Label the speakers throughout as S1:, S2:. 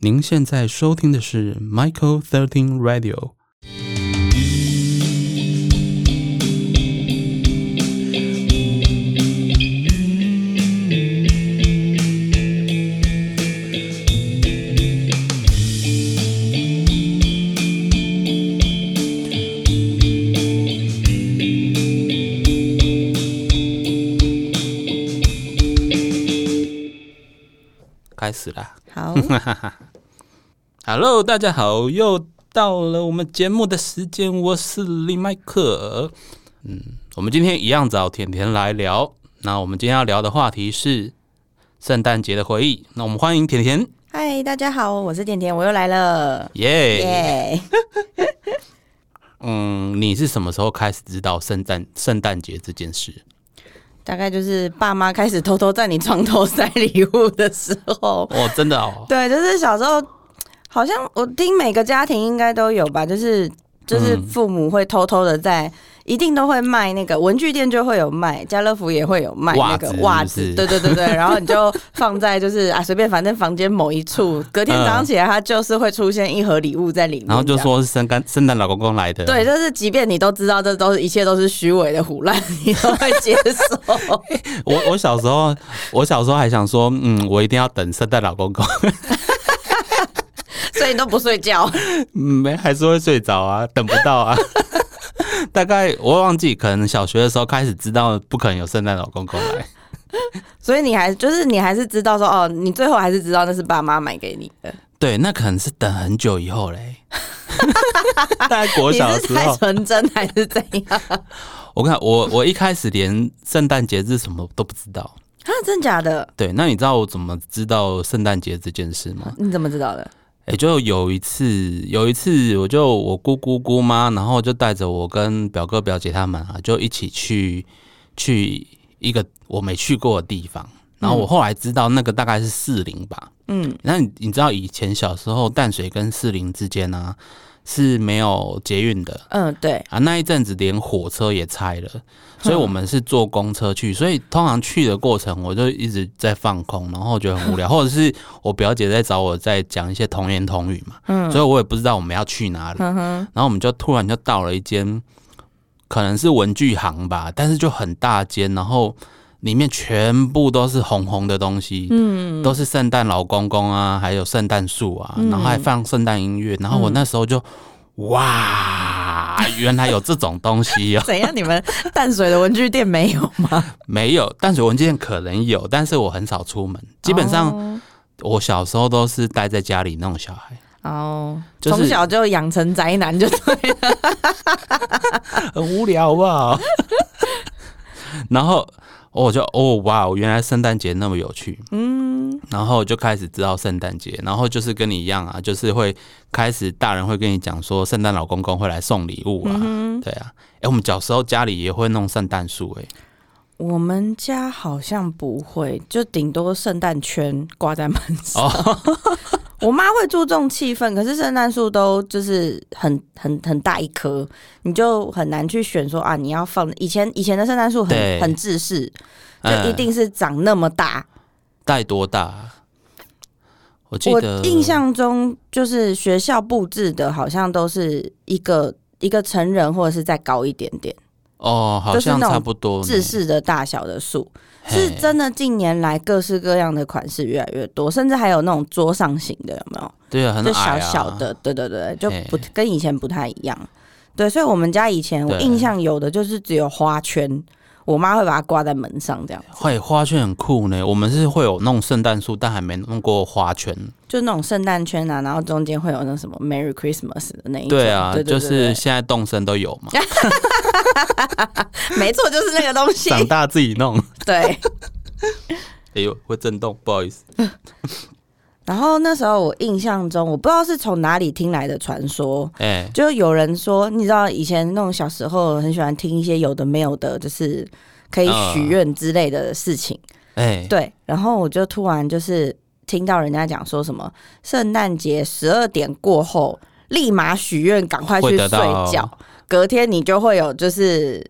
S1: 您现在收听的是 Michael Thirteen Radio。开始啦！
S2: 好，
S1: Hello，大家好，又到了我们节目的时间，我是李麦克。嗯，我们今天一样找甜甜来聊。那我们今天要聊的话题是圣诞节的回忆。那我们欢迎甜甜，
S2: 嗨，大家好，我是甜甜，我又来了，
S1: 耶、
S2: 耶、
S1: 嗯，你是什么时候开始知道圣诞圣诞节这件事？
S2: 大概就是爸妈开始偷偷在你床头塞礼物的时候，，
S1: 哦，真的哦
S2: 对，就是小时候，好像我听每个家庭应该都有吧，就是就是
S1: 嗯
S2: 父母会偷偷的在。一定都会卖那个文具店就会有卖，家乐福也会有卖那个
S1: 袜
S2: 袜
S1: 子是
S2: 子，
S1: 不
S2: 对对对对， 然后你就放在就是啊随便反正房间某一处，隔天早上起来它就是会出现一盒礼物在里面，
S1: 然后
S2: 这
S1: 就
S2: 样
S1: 说是圣诞圣诞老公公来的，
S2: 对，，就是即便你都知道这都是一切都是虚伪的胡乱， 你都会接受。
S1: 我我小时候，我小时候还想说，嗯，我一定要等圣诞老公公，
S2: 所以你都不睡觉。
S1: 嗯没还是会睡着啊，等不到啊。 大概我忘记，可能小学的时候开始知道不可能有圣诞老公公来，
S2: 所以你还就是你还是知道说哦，你最后还是知道那是爸妈买给你的。
S1: 对，那可能是等很久以后嘞。 大概国
S2: 你
S1: 小的
S2: 是
S1: 时
S2: 太
S1: 候，
S2: 纯真还是怎样？
S1: 我看我我一开始连圣诞节是什么都不知道。
S2: 啊，真假的？
S1: 对，那你知道我怎么知道圣诞节这件事吗？
S2: 你怎么知道的？
S1: 也、就有一次，有一次，我就我姑姑姑妈，然后就带着我跟表哥表姐他们啊，就一起去去一个我没去过的地方。然后我后来知道那个大概是士林吧。
S2: 嗯，
S1: 那你你知道以前小时候淡水跟士林之间呢、是没有捷运的
S2: 嗯，对，
S1: 啊，那一阵子连火车也拆了，所以
S2: 嗯
S1: 我们是坐公车去。所以通常去的过程，我就一直在放空，然后觉得很无 聊，或者是我表姐在找我在讲一些童言童语嘛，
S2: 嗯
S1: 所以我也不知道我们要去哪里。
S2: 哼哼，，
S1: 然后我们就突然就到了一间，可能是文具行吧，但是就很大间，然后里面全部都是红红的东西，嗯，都是圣诞老公公啊，还有圣诞树啊，然后还放圣诞音乐，然后我那时候就、哇，原来有这种东西哦
S2: 怎样？你们淡水的文具店没有吗？
S1: 没有，淡水文件可能有，但是我很少出门，基本上
S2: 哦
S1: 我小时候都是待在家里弄小孩，
S2: 哦，
S1: 就是
S2: 从小就养成宅男就对了。
S1: 很无聊好不好？ 然后我就哦哇，原来圣诞节那么有趣，
S2: 嗯，
S1: 然后就开始知道圣诞节，然后就是跟你一样啊，就是会开始大人会跟你讲说圣诞老公公会来送礼物
S2: 嗯
S1: 啊，对啊，哎、我们小时候家里也会弄圣诞树、诶，
S2: 我们家好像不会，就顶多圣诞圈挂在门上。
S1: 哦，
S2: 我妈会注重气氛，可是圣诞树都就是很很很大一棵，你就很难去选说啊，你要放以前以前的圣诞树
S1: 对
S2: 很很制式，就
S1: 嗯
S2: 一定是长那么大。
S1: 带多大啊？我记
S2: 我
S1: 得
S2: 印象中就是学校布置的，好像都是一个一个成人或者是再高一点点
S1: 哦，好
S2: 就是
S1: 像
S2: 那种
S1: 差不多呢
S2: 制式的大小的树，
S1: 嘿
S2: 是真的近年来各式各样的款式越来越多，甚至还有那种桌上型的，有没有？
S1: 对啊，很
S2: 就
S1: 矮
S2: 小
S1: 啊
S2: 小的，对对对，就
S1: 嘿
S2: 不跟以前不太一样。对，所以我们家以前我
S1: 对
S2: 印象有的就是只有花圈，我妈会把它挂在门上，这样
S1: 会花圈很酷呢，我们是会有弄圣诞树，但还没弄过花圈。
S2: 就那种圣诞圈啊，然后中间会有那什么 Merry Christmas 的那一种。
S1: 对啊，
S2: 对对
S1: 就
S2: 对
S1: 是
S2: 对
S1: 现在动身都有嘛，
S2: 没错，就是那个东西。
S1: 长大自己弄。
S2: 对。
S1: 哎呦，会震动，不好意思。
S2: 然后那时候我印象中，我不知道是从哪里听来的传说，
S1: 哎、
S2: 就有人说，你知道以前那种小时候很喜欢听一些有的没有的，就是可以许愿之类的事情。
S1: 哎、
S2: 对，然后我就突然就是听到人家讲说什么圣诞节十二点过后，立马许愿，赶快
S1: 会
S2: 去
S1: 得
S2: 睡
S1: 到
S2: 觉，隔天你就会有就是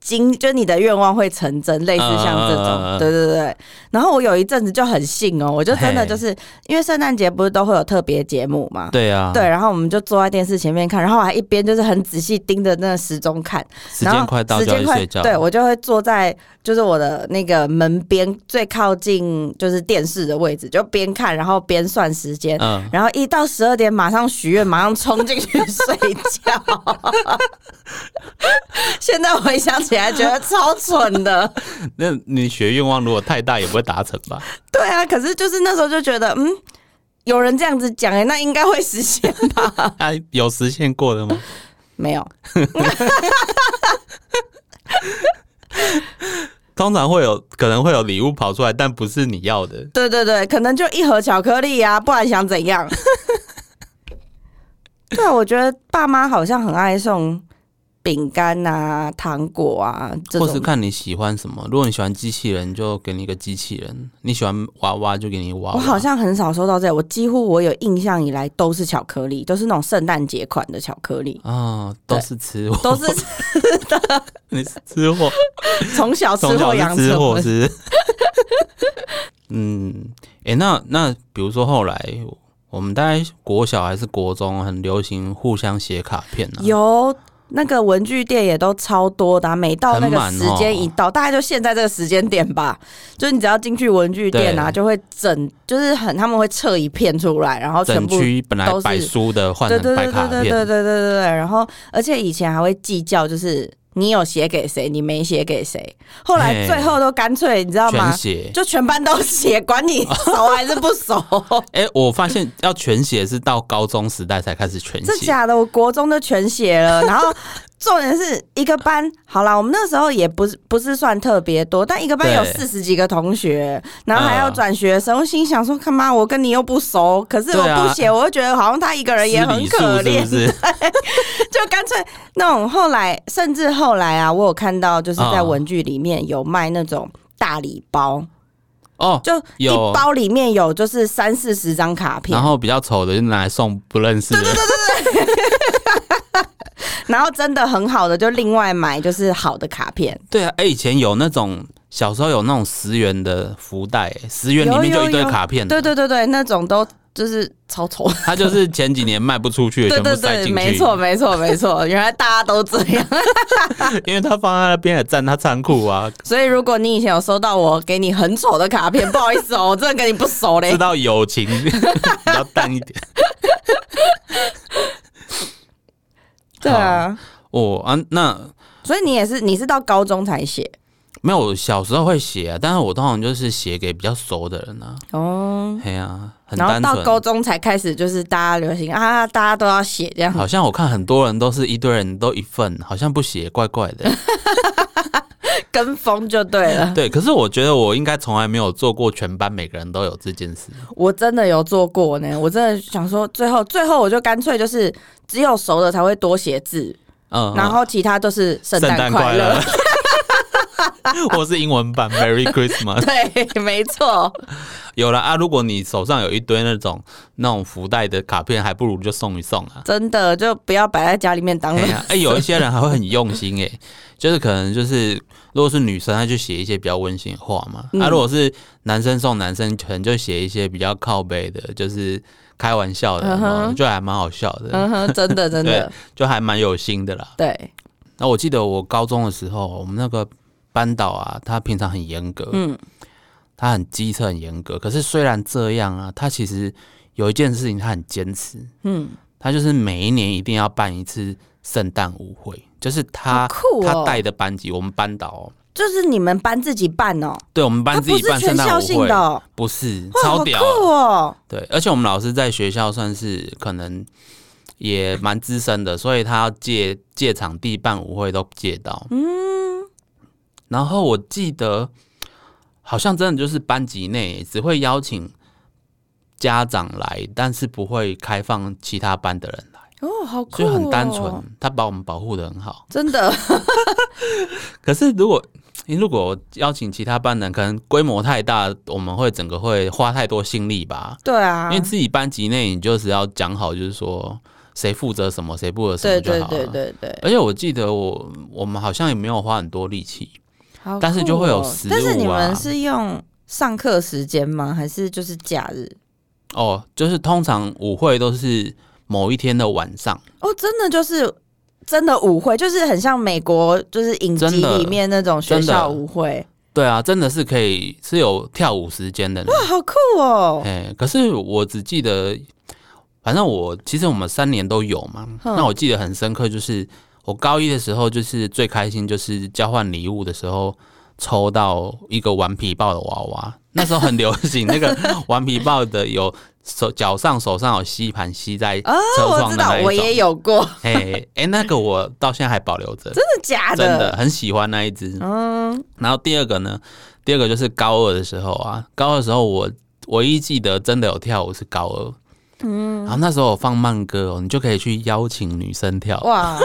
S2: 经，就是你的愿望会成真，类似像这种，
S1: 嗯嗯嗯嗯嗯
S2: 对对对。然后我有一阵子就很信哦，我就真的就是因为圣诞节不是都会有特别节目嘛，
S1: 对啊，
S2: 对，，然后我们就坐在电视前面看，然后我还一边就是很仔细盯着那个时钟看，
S1: 时
S2: 然后
S1: 间快到
S2: 时
S1: 就要
S2: 间
S1: 去
S2: 快
S1: 睡觉，
S2: 对我就会坐在就是我的那个门边最靠近就是电视的位置，就边看然后边算时间。
S1: 嗯，
S2: 然后一到十二点，马上许愿，马上冲进去 睡觉。 现在回想起来，觉得超蠢的。
S1: 那你许的愿望如果太大也不会达成 吧？
S2: 对啊，可是就是那时候就觉得，嗯，有人这样子讲、欸，那应该会实现。
S1: 啊，有实现过的吗？
S2: 没有，
S1: 通常会有可能会有礼物跑出来，但不是你要的。
S2: 对对对，可能就一盒巧克力啊，不然想怎样？ 对，我觉得爸妈好像很爱送饼干啊、糖果啊这
S1: 或是
S2: 种。
S1: 看你喜欢什么。如果你喜欢机器人，就给你一个机器人；你喜欢娃娃，就给你娃娃。
S2: 我好像很少收到这个，我几乎我有印象以来都是巧克力，都是那种圣诞节款的巧克力，
S1: 啊、都是吃货，
S2: 都 是
S1: 你是吃货，
S2: 从小吃
S1: 从小
S2: 货
S1: 是
S2: 养
S1: 吃
S2: 成
S1: 货
S2: 的。
S1: 是。 嗯，诶，那那比如说后来我们大概国小还是国中，很流行互相写卡片啊。
S2: 有那个文具店也都超多的啊、每到那
S1: 很
S2: 个
S1: 满
S2: 时
S1: 哦
S2: 间一到，大概就现在这个时间点吧，就是你只要进去文具店啊，
S1: 对
S2: 就会整，就是很他们会撤一片出来，然后全
S1: 整
S2: 部。
S1: 区本来
S2: 都是
S1: 摆书的换
S2: 对
S1: 成
S2: 对
S1: 摆
S2: 对对
S1: 卡
S2: 对对
S1: 片，
S2: 对对对，然后而且以前还会计较，就是你有写给谁，你没写给谁，后来
S1: 嘿
S2: 最后都干脆你知道吗
S1: 全？写。
S2: 就全班都写，管 你熟还是不熟，
S1: 哎、我发现要全写是到高中时代才开始全
S2: 这
S1: 写，
S2: 假的，我国中就全写了。然后重点是一个班，好啦，我们那时候也不是不是算特别多，但一个班
S1: 对
S2: 有四十几个同学，然后还要
S1: 嗯
S2: 转学生，我心想说，干嘛我跟你又不熟，可是我
S1: 对啊
S2: 不写，我又觉得好像他一个人也
S1: 吃
S2: 很
S1: 礼数
S2: 可
S1: 啊是
S2: 怜
S1: 不， 是？
S2: 就干脆那种后来，甚至后来啊，我有看到就是在
S1: 嗯
S2: 文具里面有卖那种大礼包，
S1: 哦，
S2: 就一
S1: 有
S2: 包里面有就是三四十张卡片
S1: 然，后比较丑的就拿来送不认识的人，
S2: 然后真的很好的就另外买就是好的卡片，
S1: 对啊，哎、以前有那种小时候有那种十元的福袋、哎十元里面就一堆卡片，
S2: 对对对对，那种都就是超丑，
S1: 它就是前几年卖不出去，
S2: 对
S1: 全部
S2: 对
S1: 塞
S2: 对，
S1: 进去，
S2: 没错没错没错，原来大家都这样。
S1: 因为它放在那边也占它仓库啊，
S2: 所以如果你以前有收到我给你很丑的卡片，不好意思哦，我真的跟你不熟嘞
S1: 知。道友 情比较淡一点。
S2: 对啊，
S1: 哦啊，那
S2: 所以你也是你是到高中才写
S1: 没有，我小时候会写、啊，但是我通常就是写给比较熟的人啊，
S2: 哦。
S1: 哎呀、啊，很
S2: 然后
S1: 单
S2: 到高
S1: 纯。
S2: 中才开始，就是大家流行啊，大家都要写这样。
S1: 好像我看很多人都是一堆人都一份，好像不写怪怪的。
S2: 跟风就对了。
S1: 对，可是我觉得我应该从来没有做过全班每个人都有这件事。 嗯
S2: 我真的有做过呢，我真的想说，最后最后我就干脆就是只有熟的才会多写字，
S1: 嗯，
S2: 然后其他都是圣诞快乐。，
S1: 或是英文版 Merry Christmas。
S2: 对，没错，
S1: 有了啊，如果你手上有一堆那种那种福袋的卡片，还不如就送一送啊。
S2: 真的就不要摆在家里面当
S1: 哎
S2: 垃圾。
S1: 呀，哎、有一些人还会很用心哎、就是可能就是如果是女生，她就写一些比较温馨的话嘛。
S2: 嗯
S1: 啊，如果是男生送男生，可能就写一些比较靠背的，就是开玩笑的，
S2: 嗯哼
S1: 就还蛮好笑的，
S2: 嗯哼，真的真
S1: 对
S2: 的，，
S1: 就还蛮有心的啦。
S2: 对，
S1: 那我记得我高中的时候，我们那个班导啊，他平常很严格，
S2: 嗯
S1: 他很机车很严格。可是虽然这样啊，他其实有一件事情他很坚持，
S2: 嗯，
S1: 他就是每一年一定要办一次圣诞舞会，就是他、
S2: 好酷
S1: 他
S2: 哦，
S1: 带的班级，我们班导、哦，
S2: 就是你们班自己办哦，
S1: 对我们
S2: 它
S1: 班自
S2: 不
S1: 己
S2: 是
S1: 办
S2: 全
S1: 圣诞
S2: 校
S1: 舞
S2: 性
S1: 会，
S2: 的哦，
S1: 不是
S2: 哇，好
S1: 超
S2: 酷
S1: 屌，
S2: 哦，
S1: 对，而且我们老师在学校算是可能也蛮资深的，所以他要借借场地办舞会都借到。嗯，然后我记得好像真的就是班级内只会邀请家长来，但是不会开放其他班的人来，
S2: 哦，好酷，
S1: 所以很单纯，，他把我们保护的很好。
S2: 真的，
S1: 可是如果如果邀请其他班的人，可能规模太大，我们会整个会花太多心力吧。
S2: 对啊
S1: 因为，自己班级内，你就是要讲好，就是说谁负责什么，谁负责什么就
S2: 对对
S1: 好了。啊
S2: 对对对，
S1: 而且我记得我我们好像也没有花很多力气，
S2: 好
S1: 但是
S2: 酷
S1: 就会有
S2: 哦
S1: 食
S2: 但是你
S1: 物啊
S2: 们是用上课时间吗？还是就是假日？
S1: 哦，就是通常舞会都是某一天的晚上，
S2: 哦，真的就是真的舞会，就是很像美国就是影集
S1: 真的
S2: 里面那种学
S1: 真的
S2: 校舞会，
S1: 对啊，真的是可以是有跳舞时间的呢。
S2: 哇，好酷哦！
S1: 哎、可是我只记得，反正我其实我们三年都有嘛。
S2: 嗯
S1: 那我记得很深刻，就是我高一的时候，就是最开心，就是交换礼物的时候抽到一个顽皮豹的娃娃。 那时候很流行那 个顽皮豹的，有手脚上手上有吸盘吸在
S2: 啊
S1: 车
S2: 我
S1: 窗
S2: 知
S1: 的
S2: 道
S1: 那一，种。
S2: 我也有过， 真
S1: 哎哎、那个我到现在还保留着，
S2: 的假
S1: 真很喜欢那一只。
S2: 嗯，
S1: 然后第二个呢，第二个就是高二的时候啊，高二的时候我唯一记得真的有跳舞是高二，嗯，然后那时候我放慢歌哦，你就可以去邀请女生跳，
S2: 哇！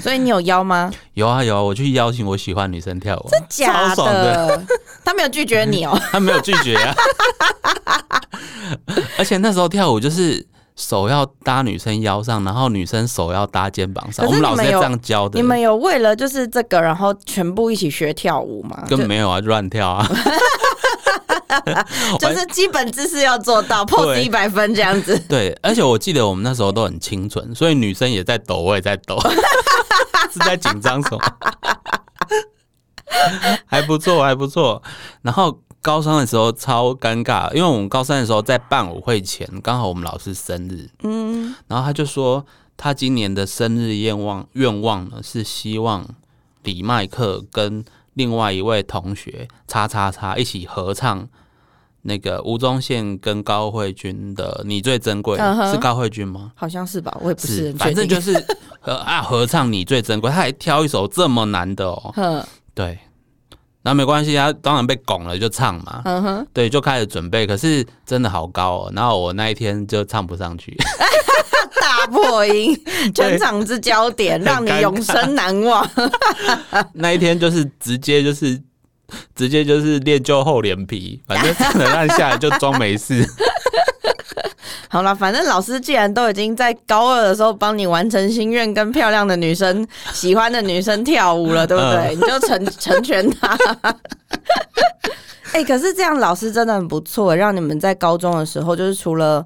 S2: 所以你有邀吗？
S1: 有啊有啊，我去邀请我喜欢女生跳舞，啊
S2: 假
S1: 超爽的，
S2: 的，他没有拒绝你哦。
S1: 她没有拒绝啊， 而且那时候跳舞就是。手要搭女生腰上，然后女生手要搭肩膀上。
S2: 可
S1: 我
S2: 是
S1: 们
S2: 你
S1: 老师
S2: 们
S1: 在
S2: 有
S1: 这样教的
S2: 你，们有为了就是这个，然后全部一起学跳舞吗？
S1: 根本没有啊，就乱跳啊。
S2: 就就是基本知识要做 到，pose 一百分这样子。
S1: 对，而且我记得我们那时候都很清纯，所以女生也在抖，我也在抖，是在紧张什么？ 还不错，还不错。然后高三的时候超尴尬，因为我们高三的时候在办舞会前，刚好我们老师生日，
S2: 嗯，
S1: 然后他就说他今年的生日愿望愿望呢是希望李麦克跟另外一位同学叉叉叉一起合唱那个吴宗宪跟高慧君的《你最珍贵
S2: 嗯》，哼
S1: 是高慧君吗？
S2: 好像是吧，我也不是
S1: 是，
S2: 很
S1: 反
S2: 确定，
S1: 正 就是合啊合唱《你最珍贵》，他还挑一首这么难的哦，
S2: 嗯
S1: 对。那没关系，他当然被拱了就唱嘛，
S2: 嗯哼，
S1: 对，就开始准备。可是真的好高哦，然后我那一天就唱不上去，
S2: 大破音，全场之焦点，让你永生难忘。
S1: 那一天就是直接就是直接就是练就厚脸皮，反正唱的烂下来就装没事。
S2: 好了，反正老师既然都已经在高二的时候帮你完成心愿，跟漂亮的女生、喜欢的女生跳 舞了，对不
S1: 嗯
S2: 对？你就成 成全她。哎、可是这样老师真的很不错，让你们在高中的时候，就是除了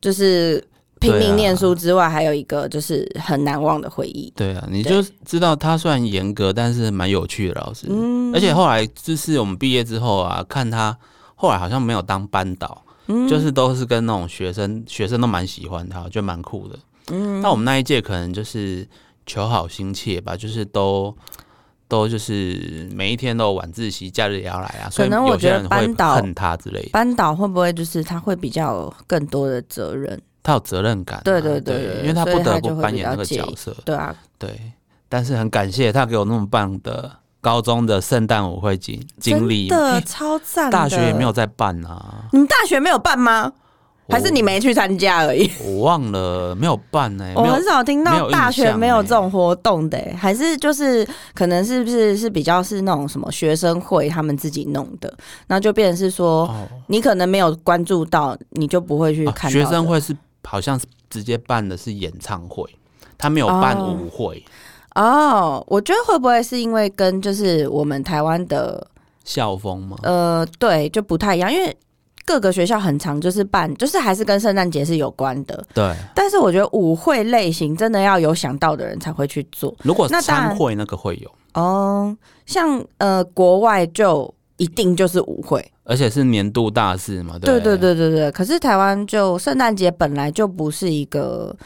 S2: 就是拼
S1: 对
S2: 命
S1: 啊
S2: 念书之外，还有一个就是很难忘的回忆。
S1: 对啊，你就知道他虽然严格，但是蛮有趣的老师。
S2: 嗯
S1: 而且后来就是我们毕业之后啊，看他后来好像没有当班导，
S2: 嗯
S1: 就是都是跟那种学生，学生都蛮喜欢他，就蛮酷的。嗯，那我们那一届可能就是求好心切吧，就是都。都就是每一天都有晚自习，假日也要来啊，所以
S2: 可能我
S1: 有些
S2: 觉得
S1: 人会
S2: 班导
S1: 恨他之类的。
S2: 班导会不会就是他会比较有更多的责任？
S1: 他有责任感啊、
S2: 对对对对
S1: 因为他
S2: 所以
S1: 不
S2: 他
S1: 得
S2: 就
S1: 不
S2: 会
S1: 扮
S2: 比
S1: 演
S2: 较
S1: 那个
S2: 介
S1: 角
S2: 意
S1: 色，
S2: 对啊，
S1: 对。但是很感谢他给我那么棒的高中的圣诞舞会经经历，
S2: 真的
S1: 哎
S2: 超赞的。
S1: 大学也没有在办啊，
S2: 你们大学没有办吗？
S1: 我
S2: 还是你没去参加而已？
S1: 我忘了没有办呢、
S2: 我
S1: 哎没
S2: 很
S1: 有
S2: 少听
S1: 没
S2: 到
S1: 有印
S2: 大学
S1: 象
S2: 没有
S1: 欸
S2: 这种活动的欸、还是就是可能是不是是比较是那种什么学生会他们自己弄的，那就变成是说、
S1: 哦、
S2: 你可能没有关注到，你就不会去
S1: 啊
S2: 看、
S1: 学生，会是好像是直接办的是演唱会，他没有办
S2: 哦
S1: 舞会，
S2: 哦，我觉得会不会是因为跟就是我们台湾的
S1: 校风吗？
S2: 呃，对，就不太一样，因为各个学校很常就是办，就是还是跟圣诞节是有关的。
S1: 对，
S2: 但是我觉得舞会类型真的要有想到的人才会去做
S1: 如果
S2: 那当然
S1: 参会那个会有，
S2: 哦。像呃，国外就一定就是舞会，
S1: 而且是年度大事嘛，
S2: 对
S1: 对
S2: 对
S1: 不
S2: 对对对。可是台湾就圣诞节本来就不是一个。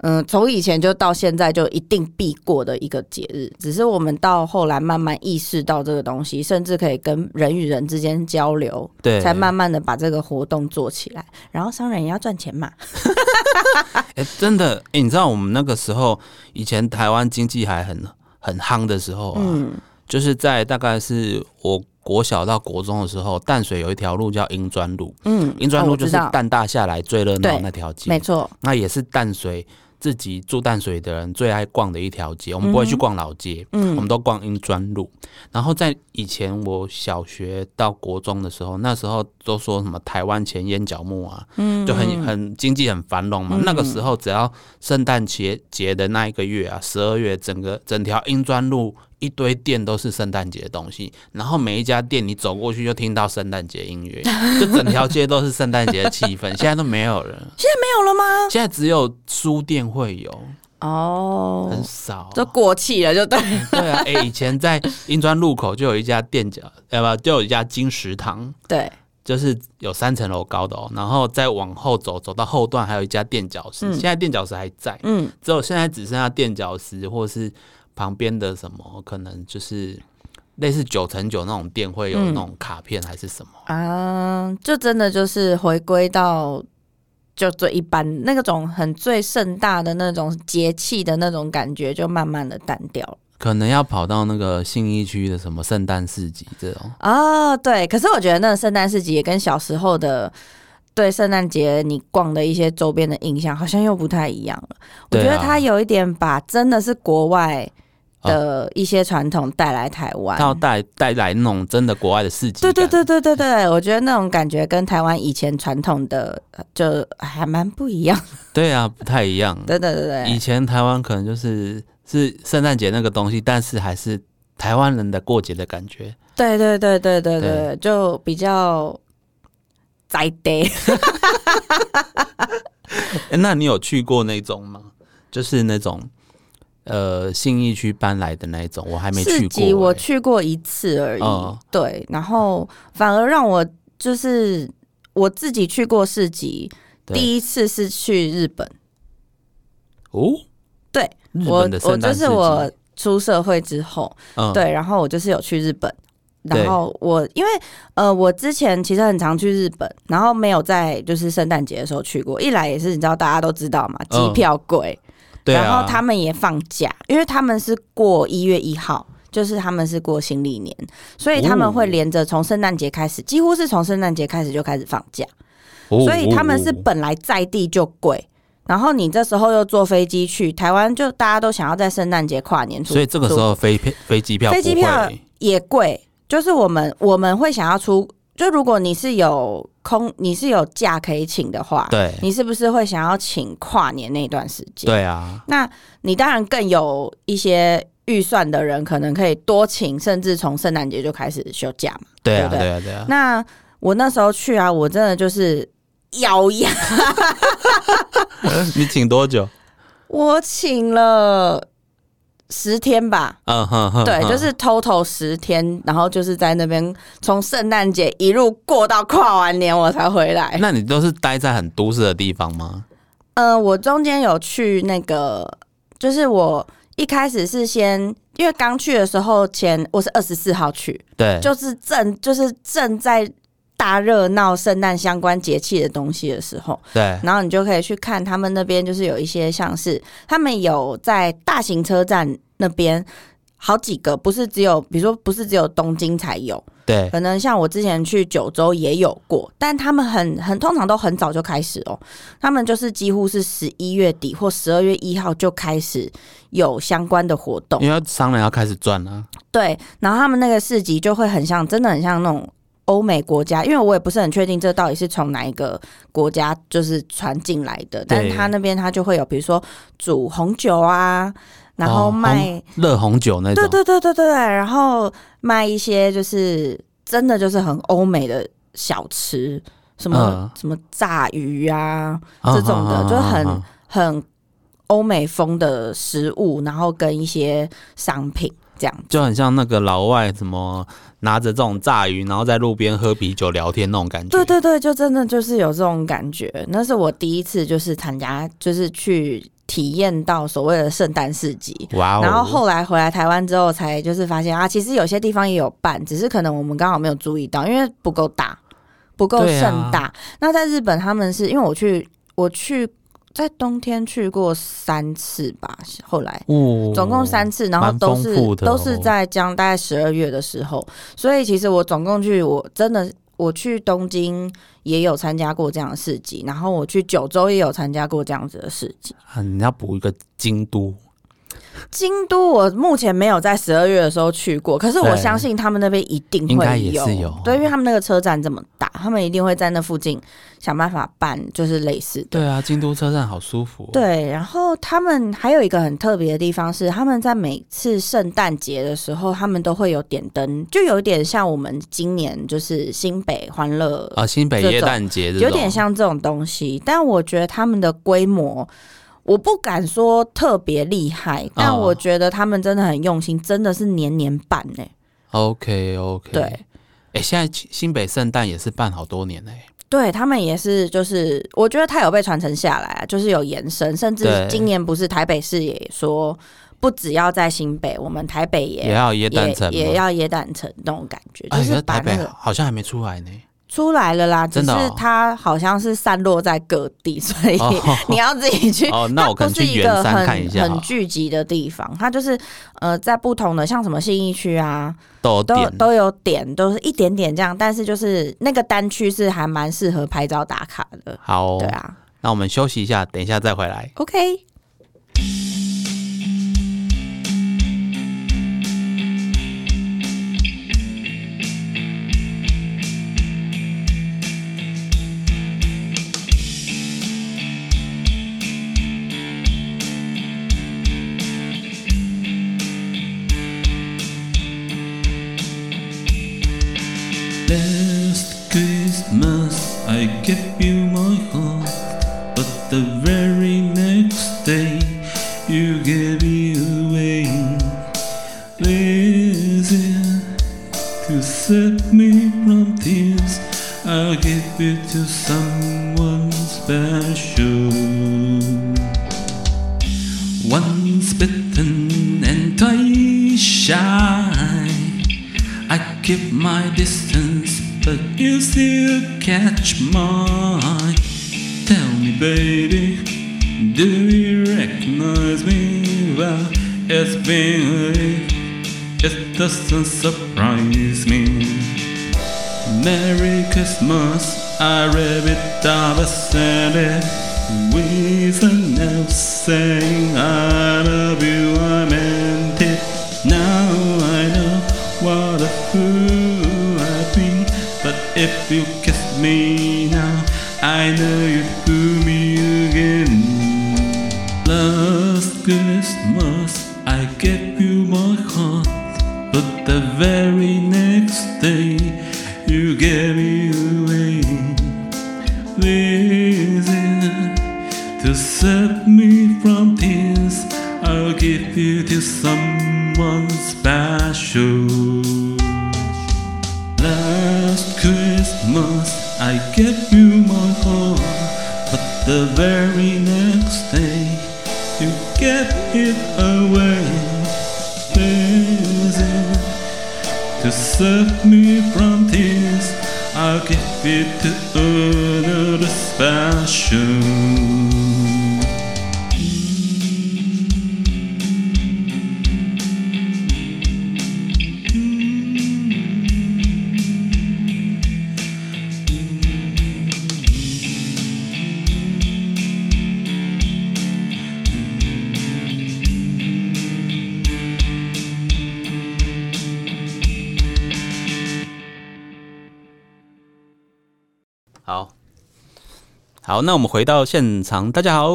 S2: 嗯，从以前就到现在就一定必过的一个节日，只是我们到后来慢慢意识到这个东西，甚至可以跟人与人之间交流，
S1: 对，
S2: 才慢慢的把这个活动做起来。然后商人也要赚钱嘛，
S1: 哎、真的，哎、你知道我们那个时候，以前台湾经济还很很夯的时候啊，
S2: 嗯，
S1: 就是在大概是我国小到国中的时候，淡水有一条路叫英专路，
S2: 嗯
S1: 英专
S2: 哦
S1: 路
S2: 我
S1: 就
S2: 知
S1: 是
S2: 道
S1: 淡大下来最热闹
S2: 对
S1: 那条街
S2: 没，错，
S1: 那也是淡水。自己住淡水的人最爱逛的一条街，我们不会去逛老街，嗯，我们都逛英专路。然后在以前我小学到国中的时候，那时候都说什么台湾前烟角木啊，嗯，就很很经济很繁荣嘛。那个时候只要圣诞节节的那一个月啊，十二月，整个整条英专路。一堆店都是圣诞节的东西，然后每一家店你走过去就听到圣诞节音乐，就整条街都是圣诞节的气氛。 现在都没有了，
S2: 现在没有了 吗？
S1: 现在只有书店会有，
S2: 哦，
S1: 很少。啊
S2: 都过气了，就对。
S1: 对 啊，哎、以前在英川路口就有一家店家，呃，不，就有一家金石堂，
S2: 对，
S1: 就是有三层楼高的哦。然后再往后走，走到后段还有一家垫脚石，现在垫脚石还在，
S2: 嗯，
S1: 只有现在只剩下垫脚石，或是旁边的什么，可能就是类似九乘九那种店会有那种卡片还是什么。
S2: 啊，就真的就是回归到就最一般那种很最盛大的那种节气的那种感觉，就慢慢的淡掉了。
S1: 可能要跑到那个信义区的什么圣诞市集这种，
S2: 哦，对，可是我觉得那个圣诞市集也跟小时候的对圣诞节你逛的一些周边的印象好像又不太一样了。我觉
S1: 对
S2: 得
S1: 啊
S2: 它有一点把真的是国外的一些传统带来台湾。
S1: 要带带来那种真的国外的市集。
S2: 哎对对，对对对对，我觉得那种感觉跟台湾以前传统的呃就还蛮不一样。
S1: 对啊，不太一样。
S2: 对对对对
S1: 以，前台湾可能就是是圣诞节那个东西，但是还是台湾人的过节的感觉。
S2: 对对对对对对，就比较在地。
S1: 诶那你有去过那种吗？就是那种呃信义区搬来的那一种，我还没去
S2: 市
S1: 过、
S2: 集我
S1: 诶
S2: 去过一次而已，
S1: 嗯
S2: 对，然后反而让我就是我自己去过市集，
S1: 对
S2: 第一次是去日本，
S1: 哦，
S2: 对
S1: 日
S2: 我
S1: 本的
S2: 我
S1: 圣
S2: 就
S1: 诞市集
S2: 是我出社会之后，
S1: 嗯，
S2: 对，然后我就是有去日本。
S1: 对
S2: 然后我因为呃，我之前其实很常去日本，然后没有在就是圣诞节的时候去过。一来也是你知道大家都知道嘛，机
S1: 嗯
S2: 票贵，
S1: 对啊，
S2: 然后他们也放假，因为他们是过一月一号，就是他们是过新历年，所以他们会连着从圣诞节开始，几乎是从圣诞节开始就开始放假，
S1: 哦，
S2: 所以他们是
S1: 哦
S2: 本来在地就贵。然后你这时候又坐飞机去台湾，就大家都想要在圣诞节跨年出，
S1: 哦所以这个时候飞票飞机票
S2: 飞机
S1: 不
S2: 票
S1: 会
S2: 也贵，就是我们我们会想要出，就如果你是有空，你是有假可以请的话，
S1: 对
S2: 你是不是会想要请跨年那段时间？
S1: 对啊，
S2: 那你当然更有一些预算的人，可能可以多请，甚至从圣诞节就开始休假嘛。
S1: 对啊
S2: 对不对
S1: 对啊对啊，
S2: 那我那时候去啊，我真的就是咬牙，
S1: 啊 你请多久？
S2: 我请了十天吧。
S1: 嗯哼哼，
S2: 对，
S1: 哼
S2: 就是 total 十天，然后就是在那边从圣诞节一路过到跨完年，我才回来。
S1: 那你都是待在很都市的地方吗？
S2: 呃，我中间有去那个，就是我一开始是先，因为刚去的时候前我是二十四号去，
S1: 对，
S2: 就是正就是正在大热闹圣诞相关节气的东西的时候，
S1: 对，
S2: 然后你就可以去看他们那边，就是有一些像是他们有在大型车站那边。好几个不是只有，比如说不是只有东京才有，
S1: 对，
S2: 可能像我之前去九州也有过，但他们很很通常都很早就开始哦，他们就是几乎是十一月底或十二月一号就开始有相关的活动，
S1: 因为商人要开始赚了、
S2: 对，然后他们那个市集就会很像，真的很像那种欧美国家，因为我也不是很确定这到底是从哪一个国家就是传进来的，但是他那边他就会有，比如说煮红酒啊，然后
S1: 哦
S2: 卖、
S1: 红热红酒那种，
S2: 对对对对对，然后卖一些就是真的就是很欧美的小吃，什么、
S1: 嗯
S2: 什么炸鱼啊，
S1: 嗯
S2: 这种的
S1: 嗯嗯
S2: 就很
S1: 嗯嗯
S2: 很欧美风的食物，然后跟一些商品这样。
S1: 就很像那个老外什么拿着这种炸鱼，然后在路边喝啤酒聊天那种感觉。
S2: 对对对，就真的就是有这种感觉。那是我第一次就是参加，就是去体验到所谓的圣诞市集。
S1: 哇哦！
S2: 然后后来回来台湾之后，才就是发现啊，其实有些地方也有办，只是可能我们刚好没有注意到，因为不够大，不够
S1: 对啊
S2: 盛大。那在日本，他们是因为我去，我去在冬天去过三次吧，后来
S1: 哦，
S2: 总共三次，然后
S1: 蛮
S2: 都
S1: 丰
S2: 是、
S1: 富的哦
S2: 都是在将大概十二月的时候，所以其实我总共去，我真的我去东京也有参加过这样的市集，然后我去九州也有参加过这样子的市集。
S1: 啊，你要补一个京都，
S2: 京都我目前没有在十二月的时候去过，可是我
S1: 对
S2: 相信他们那边一定
S1: 应
S2: 会
S1: 该也是有
S2: 对，因为他们那个车站这么大，他们一定会在那附近想办法办，就是类似的。
S1: 对啊，京都车站好舒服、哦。
S2: 对，然后他们还有一个很特别的地方是，他们在每次圣诞节的时候，他们都会有点灯，就有点像我们今年就是新北欢乐
S1: 啊，哦新北
S2: 这
S1: 耶
S2: 种
S1: 诞节这
S2: 有
S1: 种
S2: 点像这种东西，但我觉得他们的规模，我不敢说特别厉害，但我觉得他们真的很用心，真的是年年办呢、
S1: OK OK，
S2: 对，
S1: 哎、现在新新北圣诞也是办好多年嘞、
S2: 对他们也是，就是我觉得它有被传承下来啊，就是有延伸，甚至
S1: 对
S2: 今年不是台北市也说，不只要在新北，我们台北也
S1: 也要耶诞城
S2: 也也
S1: 吗，
S2: 要也胆城那种感觉，就
S1: 哎，
S2: 是
S1: 那
S2: 把
S1: 台
S2: 那
S1: 北
S2: 个
S1: 好像还没出来呢。
S2: 出来了啦，只
S1: 真
S2: 是
S1: 的哦
S2: 它好像是散落在各地，所以 你要自己去
S1: 哦，那我可
S2: 它
S1: 能
S2: 不是
S1: 去
S2: 一
S1: 圆
S2: 个
S1: 山
S2: 很
S1: 看一下好
S2: 很
S1: 了，
S2: 聚集的地方，它就是呃，在不同的像什么信义区啊，
S1: 都有
S2: 都有
S1: 点
S2: 都有点，都是一点点这样，但是就是那个单区是还蛮适合拍照打卡的，
S1: 好、哦
S2: 对啊
S1: 那我们休息一下，等一下再回来。
S2: ，OK。
S3: Last Christmas I gave you my heart, but the very next day you gave it away. Lazy to save me from tears, I'll give it to someone special. Once bitten and twice shy. I keep my distance, but you still catch my. Tell me, baby, do you recognize me? Well, it's been a week. It doesn't surprise me. Merry Christmas, I read it, I said it With an elf saying I love you, I meant it Now I know what a fool I've been But if you kiss me now, I know you do me again Last Christmas I gave you my heart, but the very next day you gave it away. Listen to save me from tears, I'll give you to someone special. Last Christmas I gave you my heart, but the very next day you gave it away. Is it to save me from tears? I'll give it to another special.
S1: 好，好，那我们回到现场，大家好，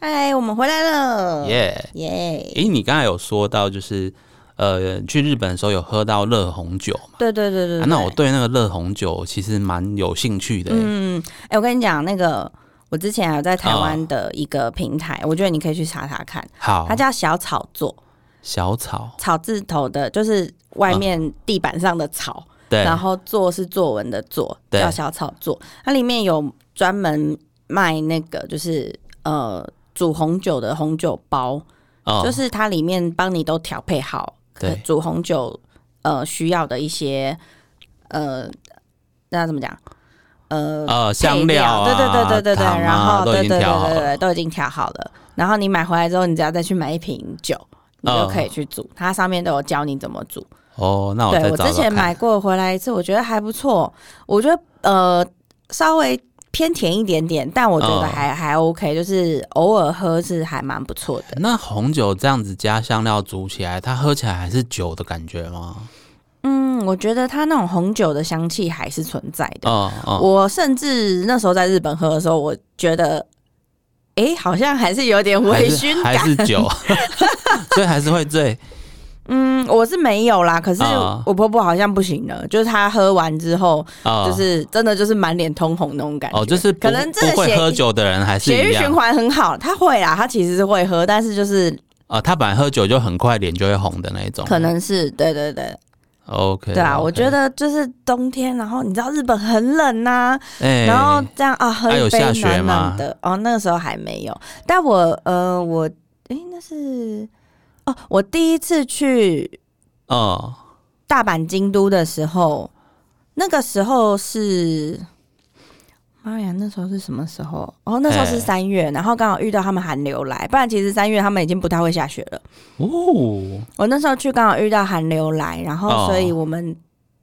S2: 嗨，我们回来了，
S1: 耶、
S2: 耶！
S1: 诶，你刚才有说到就是呃，去日本的时候有喝到热红酒嘛、
S2: 对对对对
S1: 啊
S2: 对，
S1: 那我对那个热红酒其实蛮有兴趣的、
S2: 嗯，哎、我跟你讲，那个我之前还有在台
S1: 啊
S2: 湾的一个平台，我觉得你可以去查查看，
S1: 好
S2: 它，叫小草座，
S1: 小草，
S2: 草字头的，就是外面地板上的草，
S1: 嗯对，
S2: 然后座是作文的作，
S1: 对
S2: 叫小草座。它里面有专门卖那个，就是呃煮红酒的红酒包，
S1: 哦
S2: 就是它里面帮你都调配好，
S1: 对
S2: 呃煮红酒呃需要的一些呃那怎么讲？呃，
S1: 呃香
S2: 配
S1: 料啊，
S2: 对对对对对对，
S1: 糖啊
S2: 然后
S1: 都
S2: 对
S1: 已经
S2: 对对
S1: 调好
S2: 对
S1: 了
S2: 对，都已经调好了。然后你买回来之后，你只要再去买一瓶酒，你就
S1: 嗯
S2: 可以去煮。它上面都有教你怎么煮。
S1: 哦，那我
S2: 对
S1: 再
S2: 我
S1: 找
S2: 之
S1: 找
S2: 前买
S1: 看。
S2: 过回来一次，我觉得还不错。我觉得呃稍微偏甜一点点，但我觉得
S1: 嗯
S2: 还、还 OK，就是偶尔喝是还蛮不错的。
S1: 那红酒这样子加香料煮起来，它喝起来还是酒的感觉吗？
S2: 嗯，我觉得它那种红酒的香气还是存在的。
S1: 哦哦，
S2: 我甚至那时候在日本喝的时候，我觉得，哎、好像还是有点
S1: 还
S2: 微
S1: 是
S2: 醺
S1: 还
S2: 感。
S1: 是酒， 所以还是会醉。
S2: 嗯，我是没有啦，可是
S1: 啊
S2: 我婆婆好像不行了，就是她喝完之后，
S1: 哦，
S2: 就是真的就是满脸通红那种感觉。
S1: 哦，就是不
S2: 可能这
S1: 不
S2: 个
S1: 会
S2: 血
S1: 喝酒的人还是
S2: 血
S1: 一
S2: 液循
S1: 样
S2: 环很好，她会啦，她其实是会喝，但是就是
S1: 哦，他本来喝酒就很快脸就会红的那一种，
S2: 可能是对对对
S1: OK
S2: 对啊，我觉
S1: 得
S2: 得就是冬天，然后你知道日本很冷呐、
S1: 哎，
S2: 然后这样啊，喝
S1: 啊
S2: 一
S1: 有
S2: 杯
S1: 下雪
S2: 暖暖
S1: 吗
S2: 的。哦，那个时候还没有，但我呃，我诶，那是哦，我第一次去
S1: 哦
S2: 大阪、京都的时候，那个时候是。妈呀，那时候是什么时候？哦，那时候是
S1: 哎
S2: 三月，然后刚好遇到他们寒流来，不然其实三月他们已经不太会下雪了。
S1: 哦
S2: 我那时候去刚好遇到寒流来，然后
S1: 哦
S2: 所以我们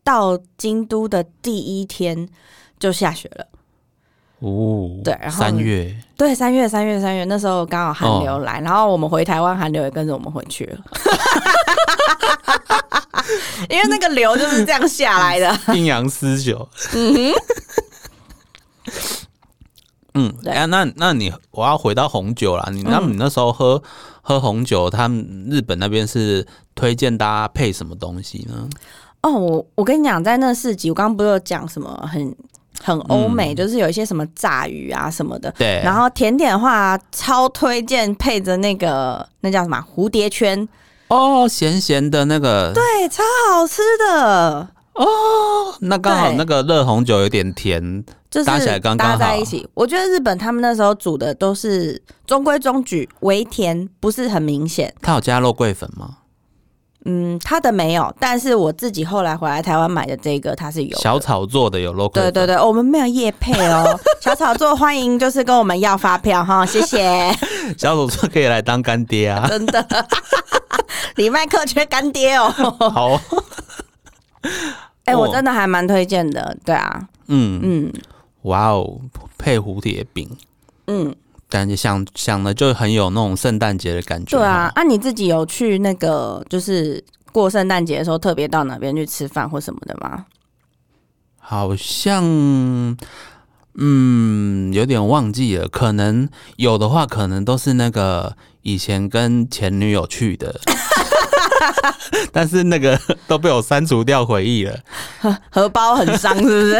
S2: 到京都的第一天就下雪了。
S1: 哦，
S2: 对然后
S1: 三 月
S2: 对，三月、三月、三月，那时候刚好寒流来，然后我们回台湾，寒流也跟着我们回去了， 因为那个流就是这样下来的。
S1: 阴阳师酒， 嗯
S2: 对嗯
S1: 哎、那那你我要回到红酒啦，你那你那时候喝、喝红酒，他们日本那边是推荐大家配什么东西呢？
S2: 哦，我我跟你讲，在那四集，我刚刚不是有讲什么很很欧美，就是有一些什么炸鱼啊什么的。
S1: 对，
S2: 然后甜点的话，超推荐配着那个那叫什么啊蝴蝶圈，
S1: 哦，咸咸的那个，对，
S2: 对，超好吃的，
S1: 那刚好
S2: 对
S1: 那个热红酒有点甜，
S2: 就是
S1: 搭起来刚刚
S2: 搭在
S1: 好
S2: 一起。我觉得日本他们那时候煮的都是中规中矩，微甜，不是很明显。
S1: 它有加肉桂粉吗？
S2: 嗯，他的没有，但是我自己后来回来台湾买的这个，它是有的
S1: 小炒做的有肉桂
S2: 对
S1: 粉，
S2: 对对，我们没有叶配哦，小炒作欢迎就是跟我们要发票哈，谢谢，
S1: 小炒做可以来当干爹啊，
S2: 真的，李麦克缺干爹哦，
S1: 好哦，
S2: 哎、我
S1: 哦
S2: 真的还蛮推荐的，对啊，
S1: 嗯
S2: 嗯
S1: 哇哦，配蝴蝶饼，
S2: 嗯，
S1: 感觉想想的就很有那种圣诞节的感觉。
S2: 对啊，，啊你自己有去那个就是过圣诞节的时候特别到哪边去吃饭或什么的吗？
S1: 好像嗯有点忘记了，可能有的话，可能都是那个以前跟前女友去 的。但是那个都被我删除掉回忆了，
S2: 荷包很伤是不是？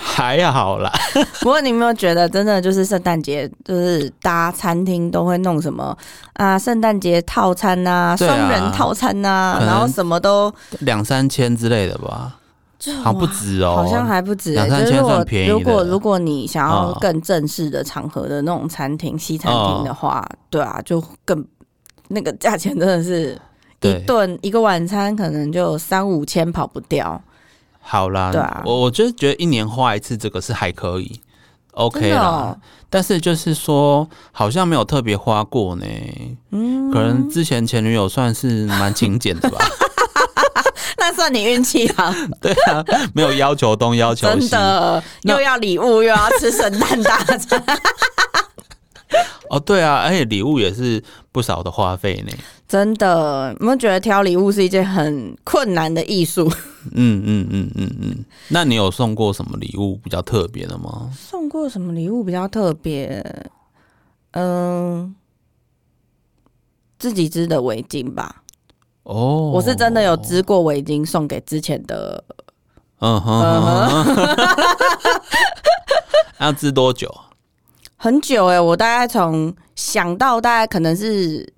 S1: 还好啦。
S2: 不过你有没有觉得，真的就是圣诞节，就是大家餐厅都会弄什么啊，圣诞节套餐呐、
S1: 对
S2: 双、
S1: 啊
S2: 人套餐呐、
S1: 可能
S2: 然后什么都，
S1: 两三千之类的吧，好像不止哦，
S2: 好像还不止、
S1: 两三
S2: 就是
S1: 千
S2: 如果
S1: 算便宜
S2: 如果
S1: 的
S2: 如果你想要
S1: 哦
S2: 更正式的场合的那种餐厅、西餐厅的话，
S1: 哦
S2: 对啊，就更那个价钱真的是。一
S1: 对
S2: 顿一个晚餐可能就三五千跑不掉，
S1: 好啦，
S2: 对啊
S1: 我我就是觉得一年花一次这个是还可以，OK
S2: 真的
S1: 啦。
S2: 哦
S1: 但是就是说，好像没有特别花过呢。嗯，可能之前前女友算是蛮勤俭的吧。
S2: 嗯那算你运气好，
S1: 对啊，没有要求东要求
S2: 真
S1: 西。
S2: 的
S1: 那
S2: 又要礼物又要吃圣诞大餐，
S1: 哦，对啊，而且礼物也是不少的花费呢。
S2: 真的，有没有觉得挑礼物是一件很困难的艺术？
S1: 嗯嗯嗯嗯嗯。那你有送过什么礼物比较特别的吗？
S2: 送过什么礼物比较特别？嗯、自己织的围巾吧。
S1: 哦，
S2: 我是真的有织过围巾送给之前的，
S1: 嗯哼哼哼哼， 要织多久？
S2: 很久哎、我大概从想到大概可能是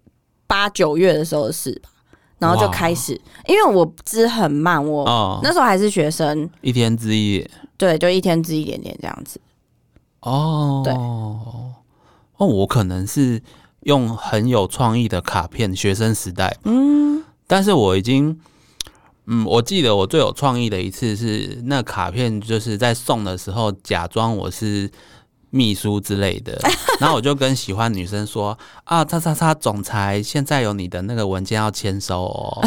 S2: 八九月的时候的事吧，然后就
S1: 哇
S2: 开始，因为我织很慢，我、
S1: 哦，
S2: 那时候还是学生，
S1: 一天织一夜。
S2: 对，就一天织一点点这样子。
S1: 哦，
S2: 对
S1: 哦，我可能是用很有创意的卡片，学生时代，嗯，但是我已经，嗯，我记得我最有创意的一次是那卡片，就是在送的时候假装我是秘书之类的，然后我就跟喜欢女生说啊，叉叉叉总裁，现在有你的那个文件要签收哦，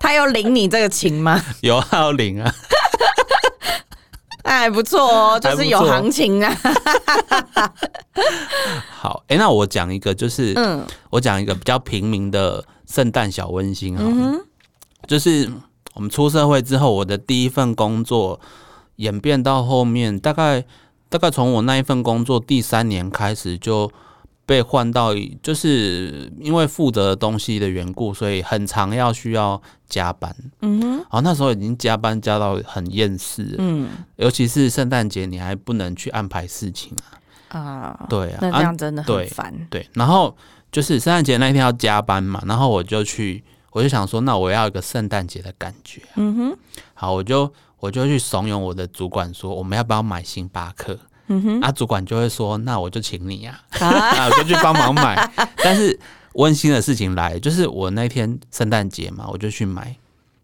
S2: 他有领你这个情吗？
S1: 有啊要领啊，
S2: 哎，还不错哦，就
S1: 还不
S2: 是有
S1: 错
S2: 行情啊。
S1: 好，哎、那我讲一个，就是、
S2: 嗯
S1: 我讲一个比较平民的圣诞小温馨哈、
S2: 嗯
S1: 就是我们出社会之后，我的第一份工作演变到后面，大概大概从我那一份工作第三年开始就被换到，就是因为负责的东西的缘故，所以很常要需要加班。
S2: 嗯哼，
S1: 然后那时候已经加班加到很厌世了，
S2: 嗯
S1: 尤其是圣诞节，你还不能去安排事情啊。
S2: 啊，
S1: 对啊，
S2: 那这
S1: 啊
S2: 样真的很
S1: 对
S2: 烦。
S1: 对，然后就是圣诞节那一天要加班嘛，然后我就去，我就想说，那我要一个圣诞节的感觉。
S2: 嗯哼，
S1: 好，我就我就去怂恿我的主管说，我们要不要买星巴克？
S2: 嗯哼，
S1: 啊，主管就会说，那我就请你呀、
S2: 啊，
S1: 啊，我就去帮忙买。但是温馨的事情来了，就是我那天圣诞节嘛，我就去买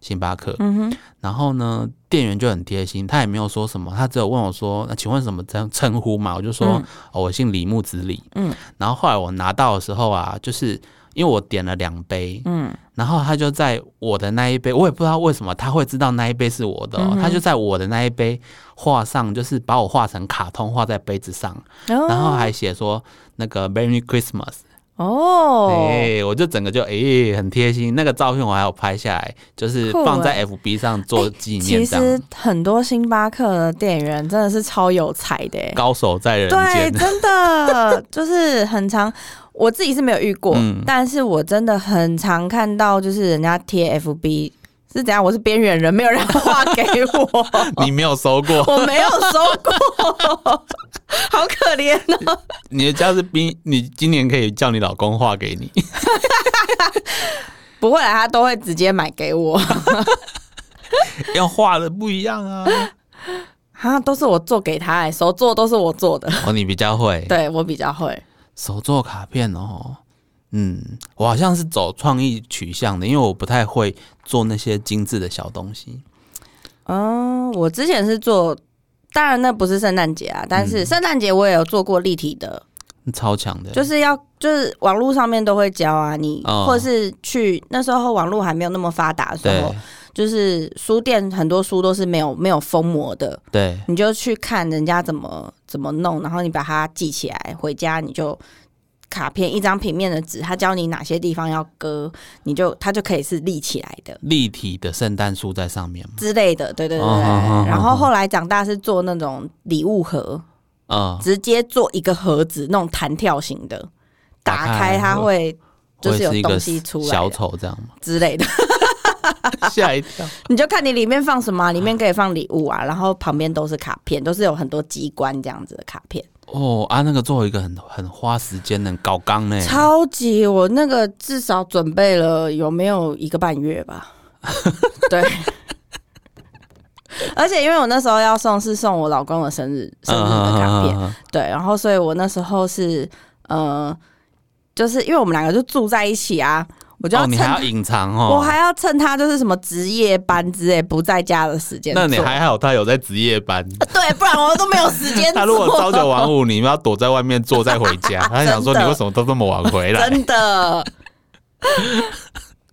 S1: 星巴克，
S2: 嗯哼，
S1: 然后呢，店员就很贴心，他也没有说什么，他只有问我说：“那请问什么称称呼嘛？”我就说：“
S2: 嗯
S1: 哦，我姓李木子李。”
S2: 嗯，
S1: 然后后来我拿到的时候啊，就是因为我点了两杯，
S2: 嗯，
S1: 然后他就在我的那一杯，我也不知道为什么他会知道那一杯是我的、
S2: 嗯
S1: 哦，他就在我的那一杯画上，就是把我画成卡通画在杯子上，
S2: 然
S1: 然后还写说那个 “Merry Christmas”。
S2: 哦，
S1: 哎、我就整个就哎、很贴心，那个照片我还有拍下来，就是
S2: 酷
S1: 放
S2: 哎
S1: 在 FB 上做纪念
S2: 其
S1: 这样。
S2: 实很多星巴克的店员真的是超有才的耶，
S1: 高手在人
S2: 对，
S1: 间，
S2: 真 的就是很常，我自己是没有遇过，
S1: 嗯
S2: 但是我真的很常看到，就是人家贴 FB 是怎样，我是边缘人，没有人画给我，
S1: 你没有收过，
S2: 我没有收过，好可怜哦。
S1: 你的家是冰，你今年可以叫你老公画给你。
S2: 不会啦，他都会直接买给我，
S1: 要画的不一样啊。
S2: 哈，都是我做给他、欸，手做都是我做的，
S1: 哦，你比较会，
S2: 对我比较会。
S1: 手做卡片哦。嗯，我好像是走创意取向的，因为我不太会做那些精致的小东西。
S2: 哦，我之前是做，当然那不是圣诞节啊，但
S1: 嗯
S2: 是圣诞节我也有做过立体的，
S1: 超强的，
S2: 就是要就是网络上面都会教啊，你、
S1: 哦
S2: 或是去那时候网络还没有那么发达的时
S1: 对
S2: 候，就是书店很多书都是没有没有封膜的，
S1: 对，
S2: 你就去看人家怎么怎么弄，然后你把它记起来，回家你就。卡片一张平面的纸，他教你哪些地方要割，你就它就可以是立起来的。
S1: 立体的圣诞树在上面嘛。
S2: 之类的，对对对。
S1: 哦哦哦
S2: 然
S1: 哦
S2: 后后来长大是做那种礼物盒，
S1: 嗯，
S2: 直接做一个盒子，那种弹跳型的，
S1: 打
S2: 打
S1: 开
S2: 开它会就
S1: 我
S2: 是
S1: 也
S2: 有
S1: 啊是一
S2: 东
S1: 个
S2: 西出来
S1: 小
S2: 的
S1: 丑这样 嘛，
S2: 之类 的。
S1: 吓一跳。
S2: 你就看你里面放什么啊、里面可以放礼物啊，然后旁边都是卡片，都是有很多机关这样子的卡片，
S1: 哦啊，那个做一个很很花时间的搞纲呢，
S2: 超级我那个至少准备了有没有一个半 月吧？对。而且因为我那时候要送是送我老公的生日
S1: 啊
S2: 生日的卡片，
S1: 嗯
S2: 对，然后所以我那时候是呃，就是因为我们两个就住在一起啊，我就要
S1: 哦，你
S2: 趁、
S1: 还要隐藏哦，
S2: 我还要趁他就是什么值夜班之类不在家的时间做，
S1: 那你还好，他有在值夜 班。
S2: 对，不然我都没有时间做。
S1: 他如果朝九晚五，你们要躲在外面坐再回家， 他想说
S2: 真
S1: 你
S2: 的
S1: 为什么都这么晚回来？
S2: 真的。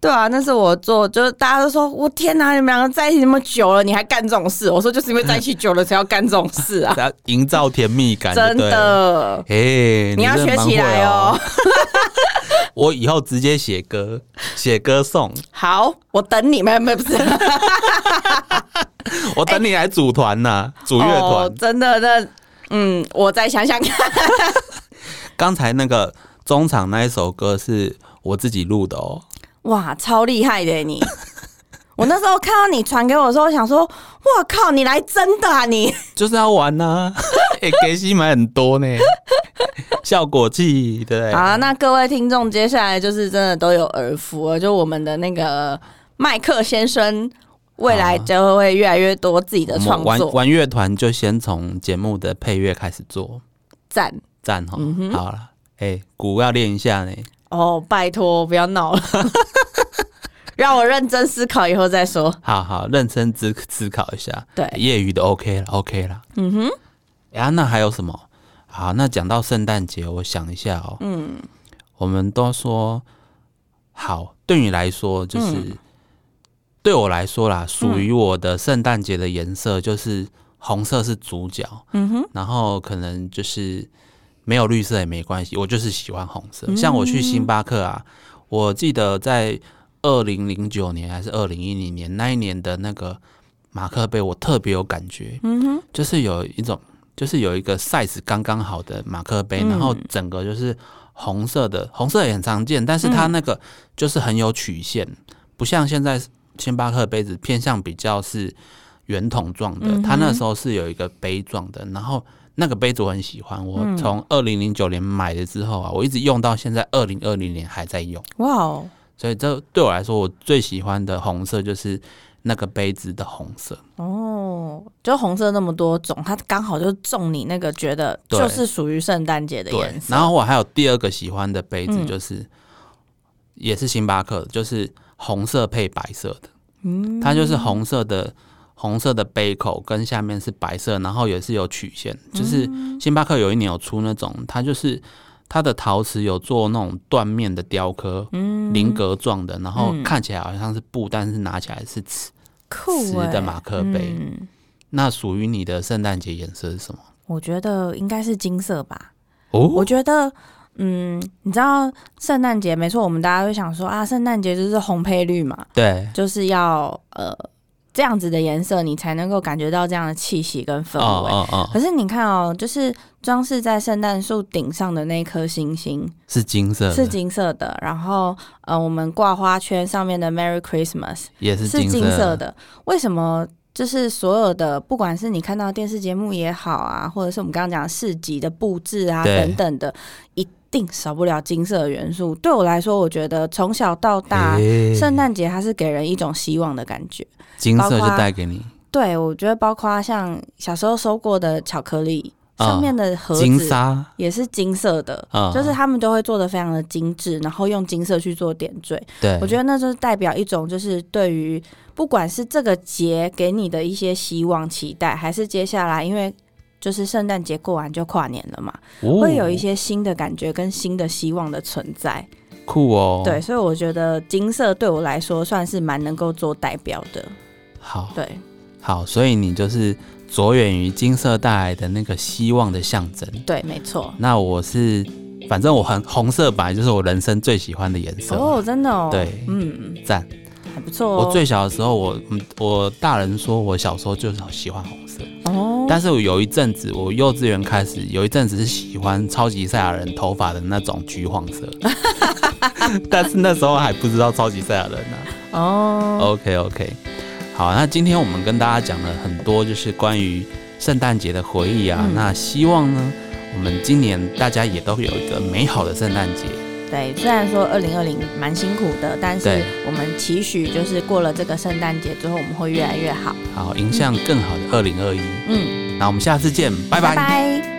S2: 对啊，那是我做，就是大家都说我天哪，你们两个在一起那么久了，你还干这种事？我说就是因为在一起久了才要干这种事 啊，
S1: 他营造甜蜜感，
S2: 真
S1: 对了。
S2: 的。
S1: 哎、
S2: 你要
S1: 真的
S2: 学
S1: 蛮会
S2: 起来
S1: 哦。
S2: 哦！
S1: 我以后直接写歌，写歌送，
S2: 好，我等你们，没 有不是。
S1: 我等你来组团呐、组乐
S2: 哦
S1: 团。
S2: 真的那嗯，我再想 想看。
S1: 刚、才那个中场那一首歌是我自己录的哦，
S2: 哇，超厉害的欸你！我那时候看到你传给我的时候，我想说，哇靠，你来真的啊你！
S1: 就是要玩呐、 哎、给西买很多呢，效果器对不对？
S2: 好啊，那各位听众，接下来就是真的都有耳福了，就我们的那个麦克先生，未来就会越来越多自己的
S1: 我
S2: 创
S1: 们玩
S2: 作，
S1: 玩乐团就先从节目的配乐开始做，
S2: 赞
S1: 赞哈、
S2: 嗯
S1: 好了，哎、鼓要练一下呢。
S2: 哦！拜托，不要闹了， 让我认真思考以后再说。
S1: 好好，认真思思考一下。
S2: 对
S1: 业余的 OK 了，OK 了。嗯哼，哎、呀，那还有什么？好，那讲到圣诞节，我想一下哦。嗯，我们都说好，对你来说就是，对我来说啦，属于我的圣诞节的颜色就是红色是主角，嗯哼，然后可能就是没有绿色也没关系，我就是喜欢红色。像我去星巴克啊，我记得在二零零九年还是二零一零年那一年的那个马克杯，我特别有感觉，嗯哼，就是有一种。就是有一个 size 刚刚好的马克杯，然后整个就是红色的，红色也很常见，但是它那个就是很有曲线，不像现在星巴克的杯子偏向比较是圆筒状的，它那时候是有一个杯状的，然后那个杯子我很喜欢，我从二零零九年买了之后啊，我一直用到现在二零二零年还在用，
S2: 哇哦，
S1: 所以这对我来说，我最喜欢的红色就是那个杯子的红色。
S2: 哦，就红色那么多种，它刚好就中你那个觉得
S1: 对
S2: 就是属于圣诞节的
S1: 对
S2: 颜，色。嗯
S1: 然后我还有第二个喜欢的杯子，就是、也是星巴克的，就是红色配白色的，嗯，它就是红色的红色的杯口跟下面是白色，然后也是有曲线，
S2: 嗯
S1: 就是星巴克有一年有出那种，它就是。它的陶瓷有做那种缎面的雕刻，嗯，菱格状的，然后看起来好像是布，但是拿起来是瓷
S2: 酷
S1: 瓷
S2: 欸
S1: 的马克杯。
S2: 嗯，
S1: 那属于你的圣诞节颜色是什么？
S2: 我觉得应该是金色吧。我
S1: 哦，
S2: 觉得，嗯，你知道圣诞节没错，我们大家会想说啊，圣诞节就是红配绿嘛，
S1: 哦对，
S2: 就是要呃这样子的颜色，你才能够感觉到这样的气息跟氛
S1: 哦
S2: 围。
S1: 哦哦，
S2: 可是你看哦，就是装饰在圣诞树顶上的那颗星星
S1: 是金色的，
S2: 是金色的，然后呃，我们挂花圈上面的 Merry Christmas
S1: 也是
S2: 是
S1: 金
S2: 金
S1: 色
S2: 色的，为什么？就是所有的，不管是你看到电视节目也好啊，或者是我们刚刚讲的市集的布置啊
S1: 对
S2: 等等的，一定少不了金色的元素。对我来说，我觉得从小到大，
S1: 诶
S2: 圣诞节它是给人一种希望的感觉。
S1: 金色
S2: 包括
S1: 就带给你
S2: 对，我觉得包括像小时候收过的巧克力，上
S1: 嗯
S2: 面的盒
S1: 金
S2: 子
S1: 沙
S2: 也是金色的，
S1: 啊，
S2: 就是他们就会做的非常的精致，然后用金色去做点缀。
S1: 对，
S2: 我觉
S1: 得
S2: 得那就是代表一种，就是对于不管是这个节给你的一些希望、期待，还是接下来因为。就是圣诞节过完就跨年了嘛，
S1: 哦
S2: 会有一些新的感觉跟新的希望的存在。
S1: 酷哦，
S2: 对，，所以我觉得金色对我来说算是蛮能够做代表的。
S1: 好
S2: 对，
S1: 好，所以你就是着眼于金色带来的那个希望的象征。
S2: 对，没错。
S1: 那我是，反正我很红色本来就是我人生最喜欢的颜色，
S2: 哦，真的哦。
S1: 对
S2: 嗯，
S1: 赞。
S2: 还不错哦。
S1: 我最小的时候，我嗯我大人说我小时候就是喜欢红色，
S2: 哦，
S1: 但是我有一阵子，我幼稚园开始有一阵子是喜欢超级赛亚人头发的那种橘黄色， 但是那时候还不知道超级赛亚人呢、
S2: 哦，
S1: OK OK，好，那今天我们跟大家讲了很多，就是关于圣诞节的回忆啊。那希望呢，我们今年大家也都有一个美好的圣诞节。
S2: 对，虽然说二零二零蛮辛苦的，但是
S1: 对
S2: 我们期许就是过了这个圣诞节之后，我们会越来越好。
S1: 好，迎向更好的二零二一。
S2: 嗯，
S1: 那我们下次见，拜
S2: 拜拜